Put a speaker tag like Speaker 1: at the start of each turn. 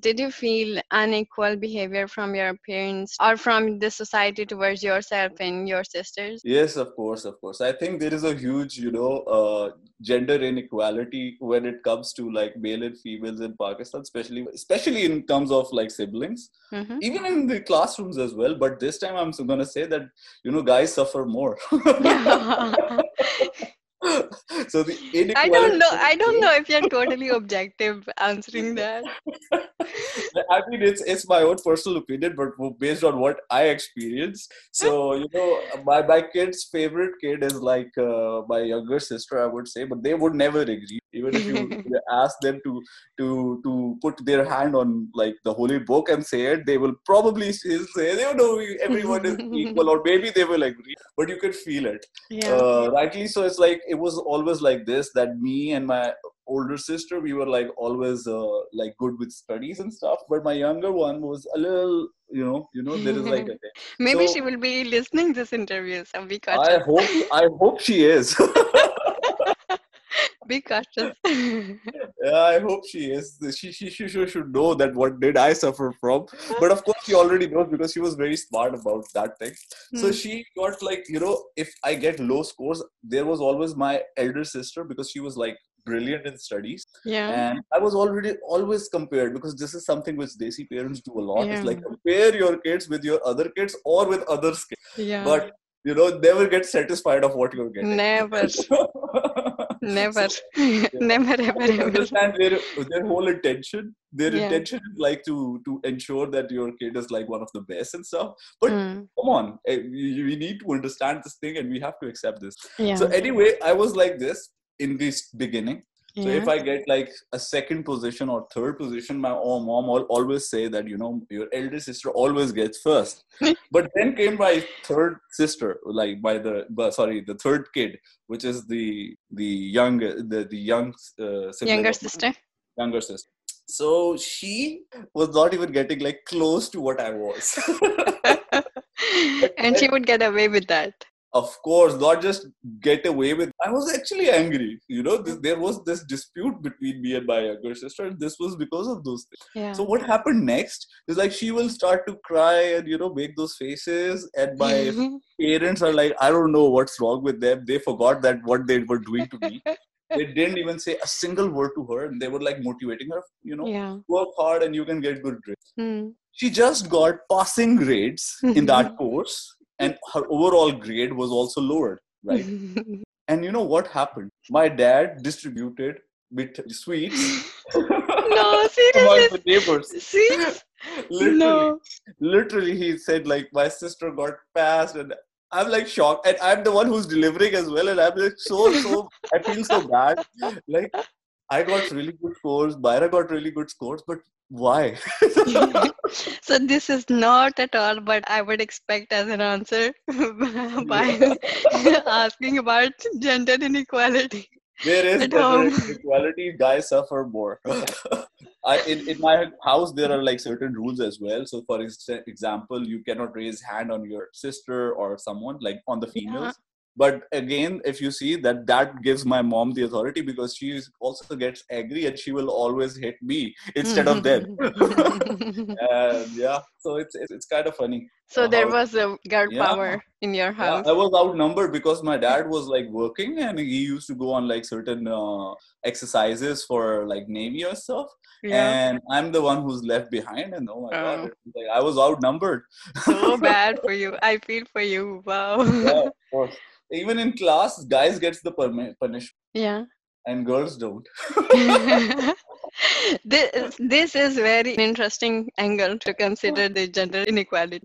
Speaker 1: Did you feel unequal behavior from your parents or from the society towards yourself and your sisters?
Speaker 2: Yes, of course, of course. I think there is a huge, you know, uh, gender inequality when it comes to like male and females in Pakistan, especially especially in terms of like siblings,
Speaker 1: Mhm.
Speaker 2: even in the classrooms as well. But this time I'm gonna say that you know guys suffer more. so the inequality.
Speaker 1: I don't know. I don't know if you're totally objective answering
Speaker 2: Uh,
Speaker 1: that.
Speaker 2: I mean, it's it's my own personal opinion, but based on what I experienced. So you know, my my kid's favorite kid is like uh, my younger sister, I would say, but they would never agree. Even if you ask them to to to put their hand on like the holy book and say it, they will probably still say, "No, no, everyone is equal," or maybe they will agree. But you could feel it
Speaker 1: Yeah.
Speaker 2: uh, rightly so it's like it was always like this that me and my older sister we were like always uh, like good with studies and stuff but my younger one was a little you know you know there is like a thing.
Speaker 1: Maybe
Speaker 2: so-
Speaker 1: she will be listening this interview, so be
Speaker 2: i
Speaker 1: cautious.
Speaker 2: hope i hope she is
Speaker 1: Be cautious.
Speaker 2: Yeah, I hope she is. She, she, she, she should know that what did I suffer from. But of course, she already knows because she was very smart about that thing. So
Speaker 1: Hmm.
Speaker 2: she got like, you know, if I get low scores, there was always my elder sister because she was like brilliant in studies.
Speaker 1: yeah.
Speaker 2: And I was already always compared because this is something which Desi parents do a lot. It's
Speaker 1: Yeah.
Speaker 2: like compare your kids with your other kids or with other kids.
Speaker 1: Yeah.
Speaker 2: But, you know, never get satisfied of what you're getting.
Speaker 1: never. Never. never ever
Speaker 2: I
Speaker 1: ever.
Speaker 2: understand their their whole intention. Their
Speaker 1: Yeah.
Speaker 2: intention is like to to ensure that your kid is like one of the best and stuff. But
Speaker 1: Hmm.
Speaker 2: come on, eh, we, we need to understand this thing and we have to accept this.
Speaker 1: Yeah.
Speaker 2: So anyway, I was like this in this beginning. So
Speaker 1: yeah.
Speaker 2: if I get like a second position or third position, my o- mom will always say that you know your elder sister always gets first. but then came my third sister, like by the bu- sorry the third kid, which is the the young the the young uh, sibling
Speaker 1: Younger
Speaker 2: of mine,
Speaker 1: sister.
Speaker 2: younger sister. So she was not even getting like close to what I was.
Speaker 1: and she would get away with that.
Speaker 2: of course not just get away with i was actually angry you know this, there was this dispute between me and my younger sister and this was because of those things
Speaker 1: Yeah.
Speaker 2: so what happened next is like she will start to cry and you know make those faces and my parents are like i don't know what's wrong with them they forgot that what they were doing to me they didn't even say a single word to her and they were like motivating her you know
Speaker 1: yeah.
Speaker 2: work hard and you can get good grades
Speaker 1: Hmm.
Speaker 2: she just got passing grades in that course and her overall grade was also lowered
Speaker 1: Mm-hmm.
Speaker 2: right and you know what happened my dad distributed bit sweets
Speaker 1: no,
Speaker 2: among
Speaker 1: seriously.
Speaker 2: the neighbors
Speaker 1: See?
Speaker 2: literally
Speaker 1: No.
Speaker 2: literally he said like my sister got passed and i'm like shocked and i'm the one who's delivering as well and i'm like so so i feel so bad like i got really good scores myra got really good scores but why
Speaker 1: so this is not at all what I would expect as an answer by asking about gender inequality.
Speaker 2: There is
Speaker 1: At
Speaker 2: gender
Speaker 1: home.
Speaker 2: inequality. Guys suffer more. I, in, in my house, there are like certain rules as well. So, for ex- example, you cannot raise hand on your sister or someone like on the females. But again, if you see that, that gives my mom the authority because she is- also gets angry and she will always hit me instead of them. and yeah, so it's it's, it's kind of funny.
Speaker 1: so
Speaker 2: Uh,
Speaker 1: there
Speaker 2: how-
Speaker 1: was a girl
Speaker 2: Yeah.
Speaker 1: power in your
Speaker 2: yeah,
Speaker 1: house.
Speaker 2: I was outnumbered because my dad was like working and he used to go on like certain uh, exercises for like navy or stuff.
Speaker 1: Yeah.
Speaker 2: And I'm the one who's left behind. And oh my
Speaker 1: Oh.
Speaker 2: god, it was like I was outnumbered.
Speaker 1: so bad for you. I feel for you. Wow.
Speaker 2: Yeah, of course. Even in class, guys gets the permi- punishment
Speaker 1: yeah.
Speaker 2: and girls don't.
Speaker 1: this, this is very interesting angle to consider the gender inequality